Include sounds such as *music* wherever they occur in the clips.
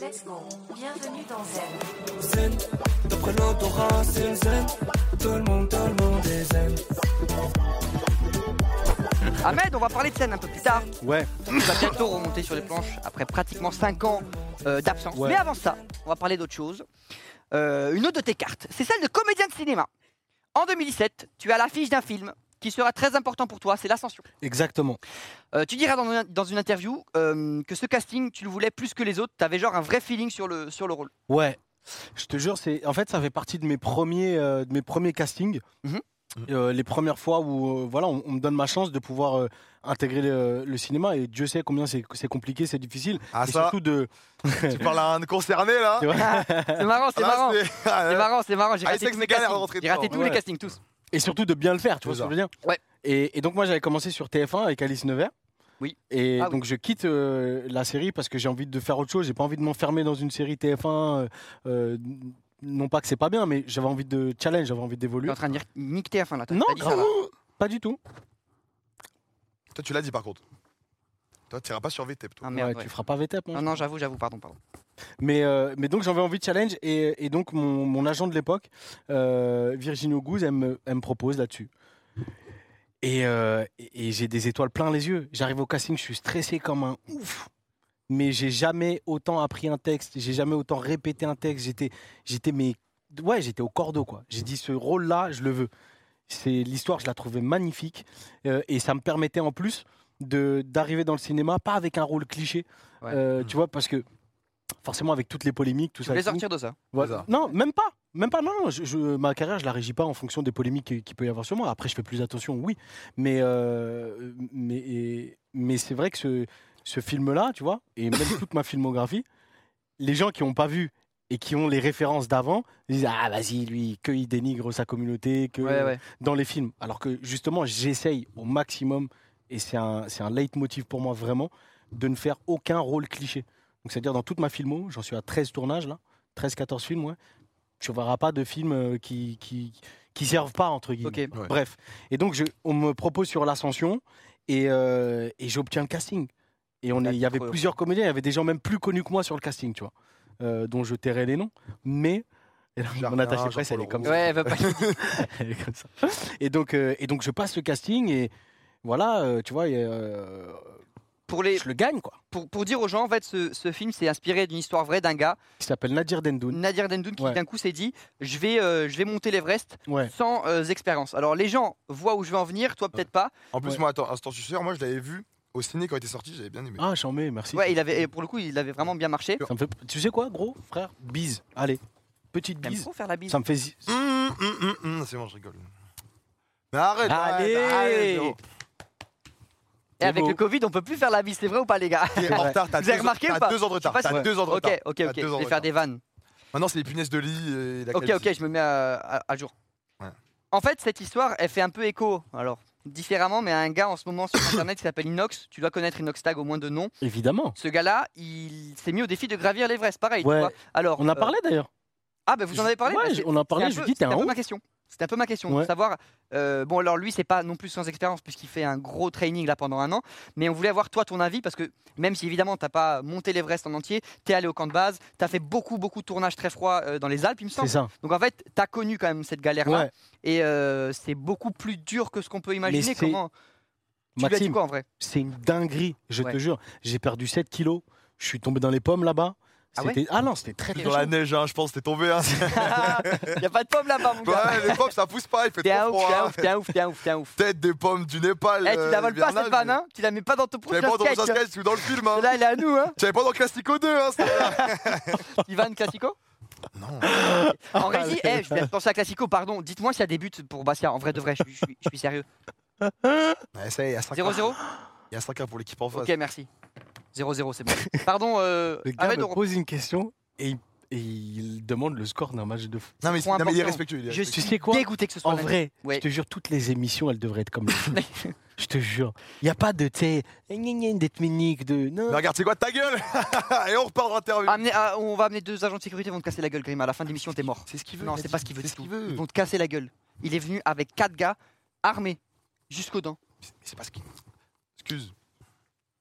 Let's go. Bienvenue dans Zen. Zen, d'après l'odorat, c'est le zen. Tout le monde, tout le monde est zen. Ahmed, on va parler de scène un peu plus tard. Ouais, Il va bientôt remonter sur les planches après pratiquement 5 ans euh, d'absence. Ouais. Mais avant ça, on va parler d'autre chose. Euh, une autre de tes cartes, c'est celle de comédien de cinéma. En 2017, tu as l'affiche d'un film qui sera très important pour toi, c'est L'Ascension. exactement. Euh, tu diras dans, une- dans une interview euh, que ce casting, tu le voulais plus que les autres, tu avais genre un vrai feeling sur le, sur le rôle. *laughs* Ouais. Je te jure, c'est en fait, ça fait partie de mes premiers, euh, de mes premiers castings. Mhm. Euh, les premières fois où euh, voilà, on, on me donne ma chance de pouvoir euh, intégrer le, le cinéma et Dieu sait combien c'est c'est compliqué, c'est difficile. Ah et ça, surtout de. tu parles à un concerné là Tu vois C'est marrant, c'est Là, marrant. c'est- *laughs* Ah, C'est ouais. marrant, c'est marrant, j'ai Ah, il raté sait que tous c'est les galère de castings. rentrer J'ai raté dedans, tous les ouais. castings, tous. Et surtout de bien le faire, tu vois ce que je veux dire Ouais. Et, et donc moi j'avais commencé sur TF1 avec Alice Nevers. Oui. Et Ah oui. donc je quitte euh, la série parce que j'ai envie de faire autre chose. J'ai pas envie de m'enfermer dans une série TF1. euh, euh, non pas que c'est pas bien, mais j'avais envie de challenge, j'avais envie Tu es d'évoluer. en train de dire nique TF1 là. t'as- Non, t'as dit ça, là. Pas du tout. Toi, tu l'as dit par contre. Toi, tu iras pas sur VTEP, toi. Ah, merde, Ouais, ouais. Tu feras pas VTEP. hein. Non, non, j'avoue, j'avoue, pardon, pardon. Mais, euh, mais donc j'avais envie de challenge et, et donc mon, mon agent de l'époque, euh, Virginie Auguste, elle me, elle me propose là-dessus. Et, euh, et- et j'ai des étoiles plein les yeux. J'arrive au casting, je suis stressé comme un ouf. Mais j'ai jamais autant appris un texte, j'ai jamais autant répété un texte. J'étais, j'étais mais ouais, j'étais au cordeau quoi. J'ai dit ce rôle-là, je le veux. C'est l'histoire, je la trouvais magnifique Euh, et ça me permettait en plus de d'arriver dans le cinéma pas avec un rôle cliché, Ouais. Euh, tu vois, parce que forcément avec toutes les polémiques, tout Tu ça. voulais et tout, sortir de ça. voilà. Non, même pas. Même pas, non, non, je, je- ma carrière, je la régis pas en fonction des polémiques qu'il qui peut y avoir sur moi. Après, je fais plus attention, oui. Mais, euh, mais, et- mais c'est vrai que ce, ce film-là, tu vois, et même *coughs* toute ma filmographie, les gens qui n'ont pas vu et qui ont les références d'avant, ils disent Ah, vas-y, lui, que il dénigre sa communauté, que Ouais, ouais. dans les films. Alors que justement, j'essaye au maximum, et c'est un, c'est un leitmotiv pour moi vraiment, de ne faire aucun rôle cliché. Donc c'est-à-dire dans toute ma filmo, j'en suis à 13 tournages là, 13-14 films, ouais. Tu verras pas de films euh, qui, qui, qui servent pas, entre guillemets. Ok. Ouais. Bref. Et donc je, on me propose sur l'ascension, et, euh, et j'obtiens le casting. Et on est- il y avait D'accord. plusieurs comédiens, il y avait des gens même plus connus que moi sur le casting, tu vois, euh, dont je tairai les noms. Mais et là, mon Jardin, attaché presse, elle est Jean-Paul comme ça. Ouais, va pas. *laughs* Elle est *laughs* comme ça. Et donc, euh, et donc je passe le casting et voilà, euh, tu vois, et, euh, Pour les, je le gagne quoi. pour, pour dire aux gens, en fait, ce, ce film s'est inspiré d'une histoire vraie d'un gars, Qui s'appelle Nadir Dendoun. Nadir Dendoun, qui Ouais. d'un coup s'est dit je vais, euh, je vais monter l'Everest Ouais. sans euh, expérience. Alors les gens voient où je vais en venir, toi peut-être pas. En plus, Ouais. moi, attends, instant suceur, moi, je l'avais vu au ciné quand il était sorti, j'avais bien aimé. Ah, j'en mets, merci. Ouais, il avait, et pour le coup, il avait vraiment bien marché. Ça me fait- Tu sais quoi, gros frère Bise. Allez, petite T'aimes bise. trop faire la bise. Ça me fait. zi- Hum, hum, hum, hum, C'est bon, je rigole. Mais arrête, Allez. arrête, arrête, frérot. Et avec beau. le Covid, on peut plus faire la bise, c'est vrai ou pas, les gars T'es en retard, t'as Vous avez deux- remarqué ou t'as pas deux ans de retard. Je sais pas T'as si- deux ans de Ok, retard. ok, T'as ok. deux Je ans de vais retard. faire des vannes. Maintenant, c'est les punaises de lit et la Ok, calvitie. ok, je me mets à, à- à jour. Ouais. En fait, cette histoire, elle fait un peu écho, alors différemment, mais à un gars en ce moment sur internet qui s'appelle Inox. Tu dois connaître Inox Tag au moins de nom. Évidemment. Ce gars-là, il s'est mis au défi de gravir l'Everest, pareil. tu Ouais. vois. Alors, On en a euh, parlé d'ailleurs. Ah, ben vous en avez parlé. bah, Ouais, c'est- on en a parlé. c'est un Je peu- lui dis, t'es c'était un peu ouf. ma question. C'était un peu ma question, de Ouais. savoir. euh, bon, alors lui, c'est pas non plus sans expérience, puisqu'il fait un gros training là pendant un an, mais on voulait avoir toi ton avis, parce que même si évidemment t'as pas monté l'Everest en entier, t'es allé au camp de base, t'as fait beaucoup, beaucoup de tournages très froids euh, dans les Alpes, il me C'est semble. ça. Ah, Donc en fait, t'as connu quand même cette galère-là, Ouais. et euh, c'est beaucoup plus dur que ce qu'on peut imaginer. c'est- Comment Tu lui as dit Maxime, quoi en vrai *laughs* c'est une dinguerie, je Ouais. te jure. J'ai perdu 7 kilos. Je suis tombé dans les pommes là-bas. Ah ouais C'était- ah non, c'était très très Dans la chaud. neige, hein, je pense, t'es tombé. *laughs* Hein. Y a pas de pomme là-bas, mon gars. ouais, les pommes, ça pousse pas, il fait T'es un trop ouf, froid. t'es un hein. ouf, t'es un ouf, t'es un ouf, t'es un ouf. Peut-être des pommes du Népal. Eh, tu euh, la voles pas hivernales, cette vanne, mais- hein Tu la mets pas dans ton Tu l'avais prochain pas dans sketch. Rosa Sketch ou dans le film, hein. Là, elle est à nous, hein Tu l'avais pas dans Classico 2, hein. ça. Ivan Classico *laughs* Non. En régie, Ah, eh, je viens de penser à Classico, pardon. Dites-moi s'il y a des buts pour Bastia. En vrai, de vrai, je, suis- je suis- je suis sérieux. Ouais, ça y est, Ben, il y a 5 0-0 Il y a 5 pour l'équipe en face. Ok, merci. 0-0, c'est bon. Pardon, euh, Le gars Ahmed, on me pose une question et il, et il demande le score d'un match de foot. Non, mais, Point non, mais il est important. respectueux. Il est Je Tu suis sais quoi dégoûté que ce soit En la- vrai, Ouais. je te jure, toutes les émissions, elles devraient être comme ça. *laughs* je te jure. Il n'y a pas de, tu sais, gna gna d'être minique, de... Non. Mais regarde, c'est quoi ta gueule *laughs* Et on repart dans l'interview. Amener- ah, on va amener deux agents de sécurité, ils vont te casser la gueule, Grima. À la fin de l'émission, t'es mort. C'est ce qu'il Non, il a c'est dit. pas ce qu'il veut C'est du ce qu'il tout. veut. Ils vont te casser la gueule. Il est venu avec quatre gars armés jusqu'aux dents. Mais c'est pas ce qu'il. Excuse.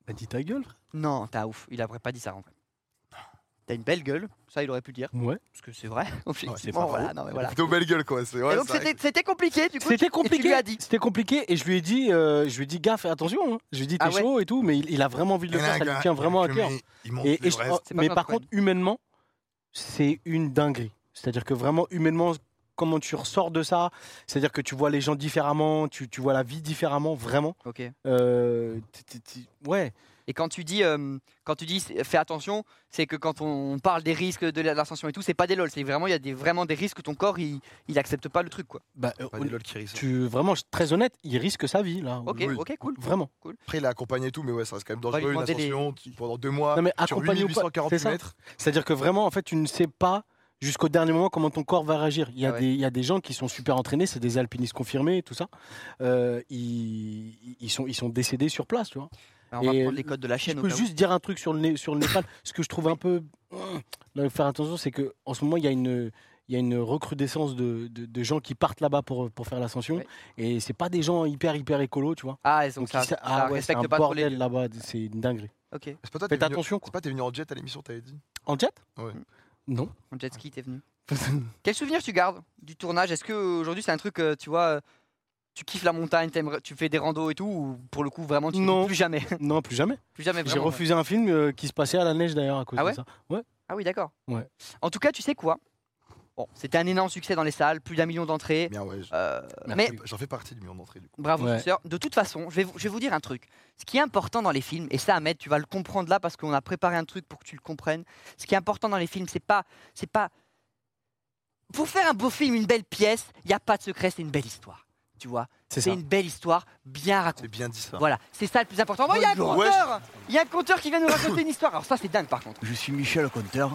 Bah, dis ta gueule, frère. Non, t'as ouf. Il aurait pas dit ça en vrai. T'as une belle gueule, ça il aurait pu le dire, Ouais. parce que c'est vrai, *laughs* objectivement. pas voilà, non, mais voilà. Plutôt belle gueule, quoi. C'est Et ouais, donc c'est vrai c'était c'était compliqué du coup. C'était et tu lui compliqué. as dit. C'était compliqué et je lui ai dit, euh, je lui ai dit, gars, fais attention. hein. Je lui ai dit, t'es Ah ouais. chaud et tout, mais il, il a vraiment envie de le que- faire. Ça lui tient vraiment à que- cœur. mais Il monte Et, oh, et je- l'Everest. C'est pas mais grave, par quand même. contre, humainement, c'est une dinguerie. C'est-à-dire que vraiment, humainement, comment tu ressors de ça, c'est-à-dire que tu vois les gens différemment, tu, tu vois la vie différemment, vraiment. Ok. Euh, t- t- t- ouais. Et quand tu dis, euh, quand tu dis, c'est- fais attention, c'est que quand on parle des risques de l'ascension et tout, c'est pas des lol, c'est vraiment il y a des, vraiment des risques que ton corps il, il accepte pas le truc quoi. Bah, euh, Pas des lol qui risquent. tu, vraiment, je- très honnête, il risque sa vie là. Ok, Oui. ok, cool. Vraiment. Après, il a accompagné et tout, mais ouais, ça reste quand même dangereux. lui Une demander les- ascension tu- pendant deux mois Non, mais sur accompagné ou pas, 8840 c'est ça. mètres. C'est-à-dire que vraiment, en fait, tu ne sais pas jusqu'au dernier moment comment ton corps va réagir. Il y a, Ah ouais. des, il y a des gens qui sont super entraînés, c'est des alpinistes confirmés, tout ça. Euh, ils, ils sont, ils sont décédés sur place, tu vois. Alors, Bah, on va Et prendre les codes de la Si je chaîne. au peux cas où. juste dire un truc sur le, Né- sur le *coughs* Népal, ce que je trouve un peu. Là, faire attention, c'est que en ce moment, il y a une. Il y a une recrudescence de, de- de gens qui partent là-bas pour, pour faire l'ascension. Ouais. Et c'est pas des gens hyper, hyper écolos, tu vois. Ah, et donc, Donc, ça, ils sa- ça ah ouais, c'est respecte un pas trop les. bordel là-bas. C'est une dinguerie. Ok. C'est pas toi, t'es Faites venu, attention, c'est quoi. pas t'es venu en jet à l'émission, t'avais dit. En jet Ouais. Non. *laughs* Mon jet ski, t'es venu. Quel souvenir tu gardes du tournage Est-ce que euh, aujourd'hui c'est un truc, euh, tu vois, euh, tu kiffes la montagne, t'aimerais- tu fais des randos et tout, ou pour le coup vraiment tu Non. plus jamais, *laughs* non, plus jamais. plus jamais. J'ai vraiment, ouais. refusé un film euh, qui se passait à la neige d'ailleurs à cause Ah de ouais ça. Ouais. Ah oui, d'accord. Ouais. En tout cas, tu sais quoi Bon, c'était un énorme succès dans les salles, plus d'un million d'entrées. Bien, ouais. je- euh, Merci. mais J'en fais partie du mur d'entrée, du coup. Bravo, Ouais. Suceur. De toute façon, je vais, vous, je vais vous dire un truc. Ce qui est important dans les films, et ça, Ahmed, tu vas le comprendre là parce qu'on a préparé un truc pour que tu le comprennes. Ce qui est important dans les films, c'est pas, c'est pas. Pour faire un beau film, une belle pièce, il n'y a pas de secret, c'est une belle histoire. Tu vois, C'est c'est ça. une belle histoire bien racontée. C'est bien dit ça. Voilà, c'est ça le plus important. Bon, il y a un Bonjour. Ouais, conteur Il y a un conteur qui vient nous raconter une histoire. Alors, ça, c'est dingue par contre. Je suis Michel Conteur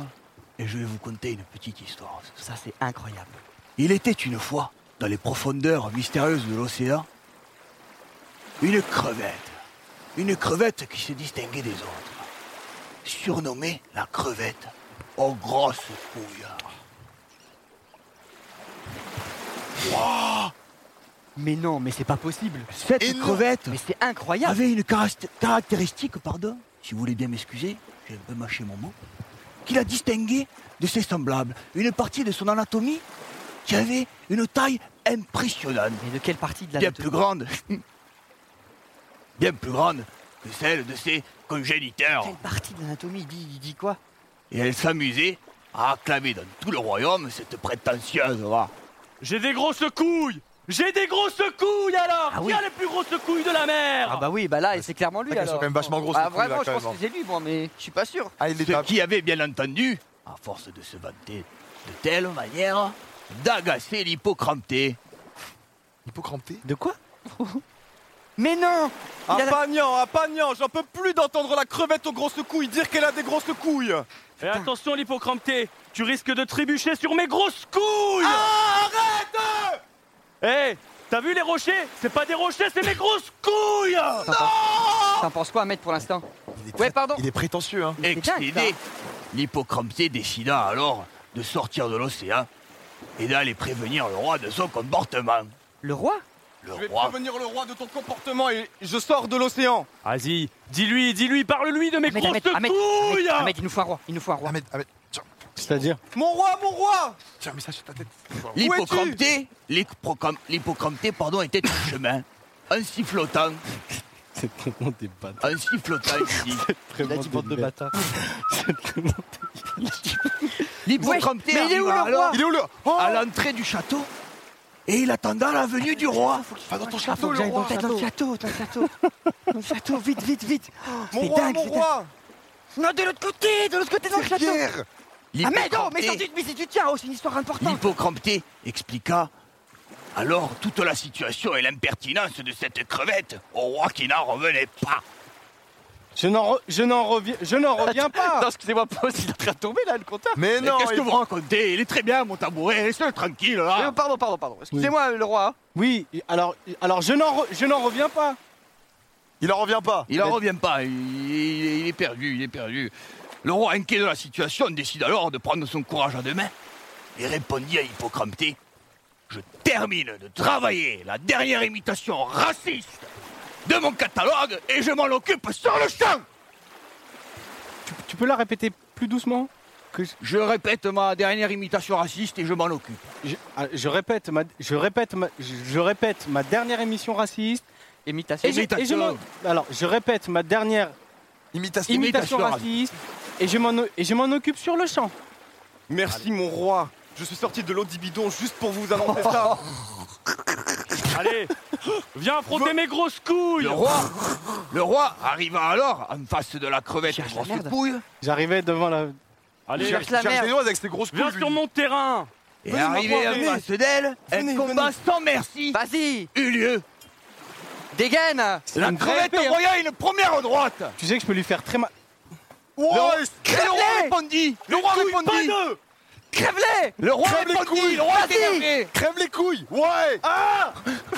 et je vais vous conter une petite histoire. Ça, c'est incroyable. Il était une fois, dans les profondeurs mystérieuses de l'océan, une crevette. Une crevette qui se distinguait des autres. Surnommée la crevette Oh, aux grosses couilles. Mais non, mais c'est pas possible. Cette Énorme. crevette Mais c'est incroyable. avait une caracté- caractéristique, pardon, si vous voulez bien m'excuser, j'ai un peu mâché mon mot, qui la distinguait de ses semblables. Une partie de son anatomie qui avait une taille impressionnante. Mais de quelle partie de la bien note- plus grande, *laughs* bien plus grande que celle de ses congéniteurs. Quelle partie de l'anatomie il dit, il dit quoi Et elle s'amusait à acclamer dans tout le royaume cette prétentieuse. va. J'ai des grosses couilles J'ai des grosses couilles alors Ah oui. Qui a les plus grosses couilles de la mer Ah bah oui, bah là, c'est clairement lui Elles sont alors. quand même vachement grosses. Bah, les couilles, là, vraiment, je quand pense même, que c'est lui, moi, mais je suis pas sûr. hein. Ah, il est Ce tapé. qui avait bien entendu, à force de se vanter de telle manière, d'agacer l'hypocrampté. Il peut cramper. De quoi *laughs* Mais non Ah Il a la- pagnant, ah pagnant, j'en peux plus d'entendre la crevette aux grosses couilles dire qu'elle a des grosses couilles Et attention l'hypocrampté, tu risques de trébucher sur mes grosses couilles Arrête Eh T'as vu les rochers C'est pas des rochers, c'est mes grosses couilles T'en penses- T'en penses quoi, Ahmed, pour l'instant Il est Ouais, très- pardon. Il est prétentieux, hein. Mais c'est dingue, Excédé, l'hypocrampté décida alors de sortir de l'océan et d'aller prévenir le roi de son comportement. Le roi Le Je vais roi prévenir le roi de ton comportement et je sors de l'océan. Vas-y, dis-lui, dis-lui, parle-lui de mes Ahmed, grosses Ahmed, Ahmed, couilles Ahmed, Ahmed, il nous faut un roi. Il nous faut un roi. Ahmed, Ahmed, tiens, C'est-à-dire Mon roi, mon roi tiens, mais ça sur ta tête. L'hypocrampté, l'hypocram- l'hypocrampté, pardon, était en chemin. En sifflotant, C'est vraiment des bâtards. en sifflotant, il dit. Vraiment des bêtes. bâtards. L'hypocrampté mais il est où, arriva le roi alors Il est où le. Oh à l'entrée du château et il attendait la venue du roi. Va dans ton château, le J'aille dans roi. le château, dans le château, dans le château. *laughs* Dans le château, vite, vite, vite. Mon C'est roi, dingue, mon c'est roi Non, de l'autre côté, de l'autre côté, dans le château. Pierre Ah, mais non, mais, sans L'hypocrampté- doute, mais si tu tiens, oh, c'est une histoire importante. L'hypocrampté expliqua alors toute la situation et l'impertinence de cette crevette au roi qui n'en revenait pas. Je n'en re- je n'en reviens, je n'en reviens pas. excusez-moi, pause, il est en train de tomber là, le compteur Mais Mais non qu'est-ce il- que vous racontez Il est très bien, mon tabouret, laissez-le tranquille, hein. Euh, là. Pardon, pardon, pardon. Excusez-moi, le roi. Oui, alors, alors je n'en re- je n'en reviens pas. Il en revient pas. Il en revient pas, il, il- il est perdu, il est perdu. Le roi inquiet de la situation décide alors de prendre son courage à deux mains et répondit à Hippocrampté Je termine de travailler la dernière imitation raciste de mon catalogue et je m'en occupe sur le champ Tu, tu peux la répéter plus doucement Que je- Je répète ma dernière imitation raciste et je m'en occupe. Je, ah, je répète, ma, je, répète ma, je, je répète ma dernière émission raciste. Imitation. Et je- et je Imitation. m'en- alors, je répète ma dernière Imitation. imitation Imitation raciste. Et je m'en o- et je m'en occupe sur le champ. Merci mon roi. Je suis sorti de l'eau du bidon juste pour vous Oh, annoncer ça. Allez, viens affronter mes grosses couilles Le roi, le roi arriva alors en face de la crevette Cherche la grosse merde. pouille J'arrivais devant la. Allez, Cherche la Cherche merde. des noises avec ses grosses viens couilles. sur mon terrain et Venez, arrivé mon roi, en venez. face d'elle, Venez, un combat sans merci Vas-y, eut lieu. dégaine. La une vraie crevette épée, hein. envoya une première droite. Tu sais que je peux lui faire très mal. le, et le roi répondit. Le roi Pas répondit. deux Crève-les Le roi Crève les répondit. couilles. Le roi Vas-y. était énervé. Ah, Crève les couilles Ah, Ouais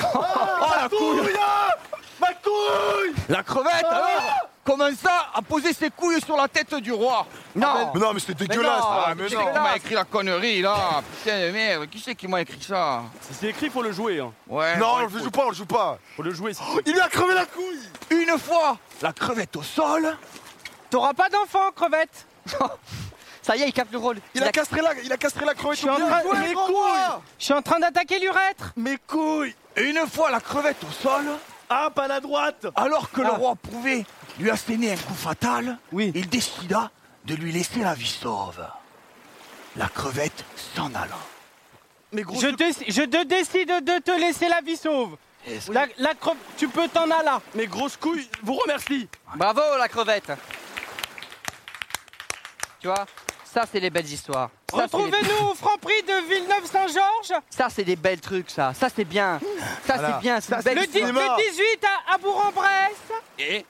Ma couille La crevette alors commença à poser ses couilles sur la tête du roi. Non Mais non, mais c'était dégueulasse non, Ah, mais mais Qui c'est non. qui m'a écrit la connerie là Putain de merde, qui c'est qui m'a écrit ça Si c'est écrit, faut le jouer. Hein. Ouais. Non, bon, on le écoute. joue pas, on le joue pas Faut le jouer. si- Il lui a crevé la couille Une fois la crevette au sol, T'auras pas d'enfant, *laughs* crevette. Ça y est, il capte le rôle. Il a castré la, il a castré la crevette Je suis en au train- milieu. Mes Je suis en train d'attaquer l'urètre. Mes couilles une fois la crevette au sol, Ah, pas la droite alors que le Ah. roi pouvait lui asséner un coup fatal, Oui. il décida de lui laisser la vie sauve. La crevette s'en alla. Mes Je, déc- je te décide de te laisser la vie sauve. Est-ce La, la cre- tu peux t'en aller. Mes grosses couilles vous remercie Bravo la crevette. Tu vois, ça c'est les belles histoires. Ça, c'est les- Retrouvez-nous au Franprix de Villeneuve-Saint-Georges Ça c'est des belles trucs ça. Ça c'est bien. Ça Voilà. c'est bien. C'est Ça, une c'est belle le, dix- histoire. cinéma. le 18 à, à Bourg-en-Bresse Et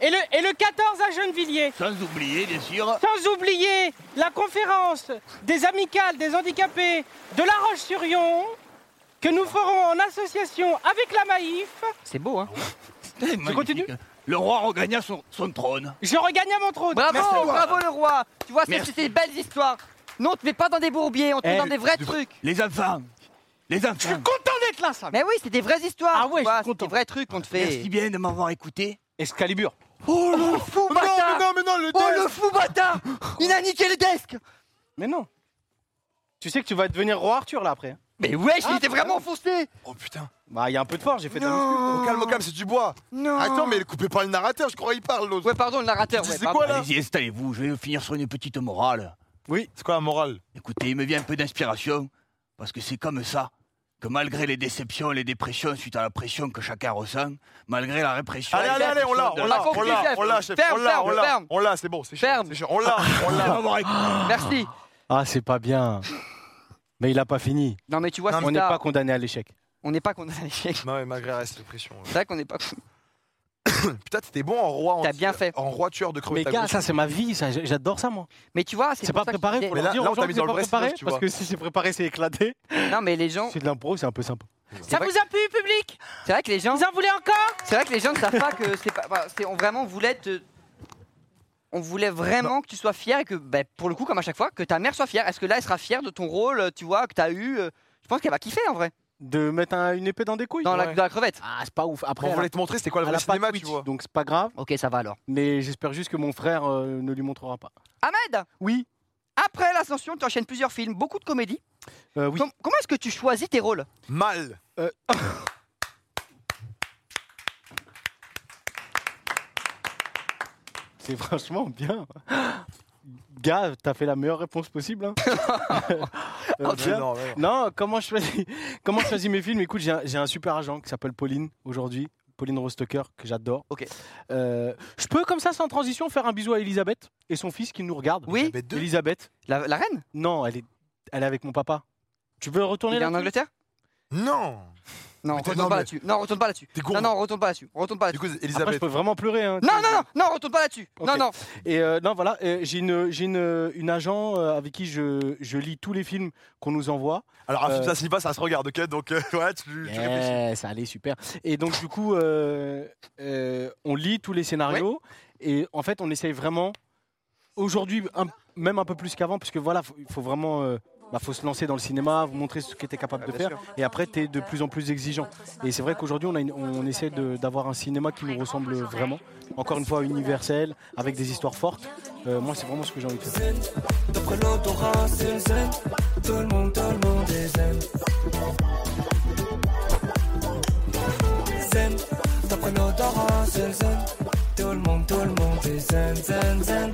et le, et le 14 à Gennevilliers. sans oublier, bien sûr, Sans oublier la conférence des amicales des handicapés de La Roche-sur-Yon que nous ferons en association avec la Maïf. C'est beau hein. Putain, magnifique. continues le roi regagna son, son trône. Je regagne à mon trône. Bravo, Merci. bravo le roi. Tu vois, c'est Merci. c'est des belles histoires. Non, on te met pas dans des bourbiers, on te met Eh, dans des vrais du- trucs. Les enfants, les enfants, Content d'être là, ça. Mais oui, c'est des vraies histoires. Ah tu ouais, je vois, suis c'est content. des vrais trucs qu'on te fait. merci bien de m'avoir écouté. Excalibur. Oh le fou Non, bâtard mais non, mais non, le Oh death. le fou bâtard Il a niqué le desk Mais non. Tu sais que tu vas devenir roi Arthur là après. Mais wesh, Ah, il était vraiment foncé Oh putain Bah, il y a un peu de force, j'ai fait de la muscu. Au calme, au calme, c'est du bois Non Attends, mais il est coupé par le narrateur, je crois qu'il parle l'autre Ouais, pardon, le narrateur, Tu dis, ouais, c'est pardon. quoi, là Allez-y, installez-vous, je vais finir sur une petite morale. Oui C'est quoi la morale Écoutez, il me vient un peu d'inspiration, parce que c'est comme ça que malgré les déceptions, les dépressions suite à la pression que chacun ressent, malgré la répression... Allez, allez, allez, on l'a, on Ah, l'a, on conclue, l'a, chef. on l'a, chef, Ferme, on l'a, ferme, on l'a, ferme. on l'a, c'est bon, c'est chaud, Ferme. c'est chaud, on l'a, on on *laughs* va l'a. avoir écouté. Merci Ah, c'est pas bien. Mais il a pas fini. Non, mais tu vois, Non, c'est On n'est ça. pas condamné à l'échec. On n'est pas *laughs* condamné à l'échec. Non mais malgré la reste pression. C'est vrai qu'on n'est pas. Putain, t'étais bon en roi. en- T'as bien fait. En roi tueur de crevettes. Mais gars, ça c'est ma vie, ça, j'- j'adore ça moi. Mais tu vois, c'est C'est pour pas ça que préparé, je faut Mais leur là- dire là, aux on gens t'a que mis c'est dans le pas vrai préparé, stuff, tu parce vois. que si c'est préparé, c'est éclaté. disais- Non, mais les gens. C'est de l'impro, c'est un peu sympa. C'est Ça vrai- vous a plu, public C'est vrai que les gens. Vous en voulez encore C'est vrai que les gens ne savent pas que c'est pas. bah, c'est- on vraiment voulait te. On voulait vraiment que tu sois fier et que, bah, pour le coup, comme à chaque fois, que ta mère soit fière. Est-ce que là, elle sera fière de ton rôle, euh, tu vois, que t'as eu euh, Je pense qu'elle va kiffer en vrai. De mettre un- une épée dans des couilles Dans, la, Ouais. dans la crevette. Ah, c'est pas ouf. Après, On elle a- voulait te montrer c'était quoi le elle a vrai pas cinéma, Twitch, tu vois. donc c'est pas grave. Ok, ça va alors. Mais j'espère juste que mon frère euh, ne lui montrera pas. Ahmed, Oui, après l'ascension, tu enchaînes plusieurs films, beaucoup de comédies. euh, oui. Com- comment est-ce que tu choisis tes rôles Mal. *laughs* C'est franchement bien. Gars, t'as fait la meilleure réponse possible. *laughs* hein. Oh, Euh, Mais bien. non, mais non. Non, comment je choisis, *laughs* comment je choisis mes films Écoute, j'ai un, j'ai un super agent qui s'appelle Pauline aujourd'hui, Pauline Rostocker, que j'adore. Ok. Euh, je peux, comme ça, sans transition, faire un bisou à Elisabeth et son fils qui nous regarde. Oui, Bête de- Elisabeth la, la reine Non, elle est, elle est avec mon papa. Tu veux retourner Il est en là-dessus Angleterre Non. Non, Putain, retourne non, pas mais- là-dessus. Non, retourne pas là-dessus. T'es con. Non, non, retourne pas là-dessus. Retourne pas là-dessus. Du coup, Après, je Elisabeth. peux vraiment pleurer. hein. Non, non, non, non, retourne pas là-dessus. Ok. Non, non. Et euh, non, voilà, euh, j'ai une, j'ai une, une agent euh, avec qui je, je lis tous les films qu'on nous envoie. Alors, un film, Euh, ça se lit pas, ça se regarde, ok Donc, euh, *laughs* ouais, tu, tu réfléchis. Yeah, ça allait super. Et donc, du coup, euh, euh, on lit tous les scénarios et en fait, on essaye vraiment, aujourd'hui, un- même un peu plus qu'avant, parce que voilà, il faut, vraiment. euh, bah, faut se lancer dans le cinéma, vous montrer ce que tu es capable de faire, et après tu es de plus en plus exigeant. Et c'est vrai qu'aujourd'hui on, a une- on essaie de- d'avoir un cinéma qui nous ressemble vraiment, encore une fois universel, avec des histoires fortes. Euh, moi c'est vraiment ce que j'ai envie de faire. D'après l'eau c'est le zen. Tout le monde, tout le monde est zen. Zen, d'après l'odorat, c'est le zen. Tout le monde, tout le monde est zen, zen, zen.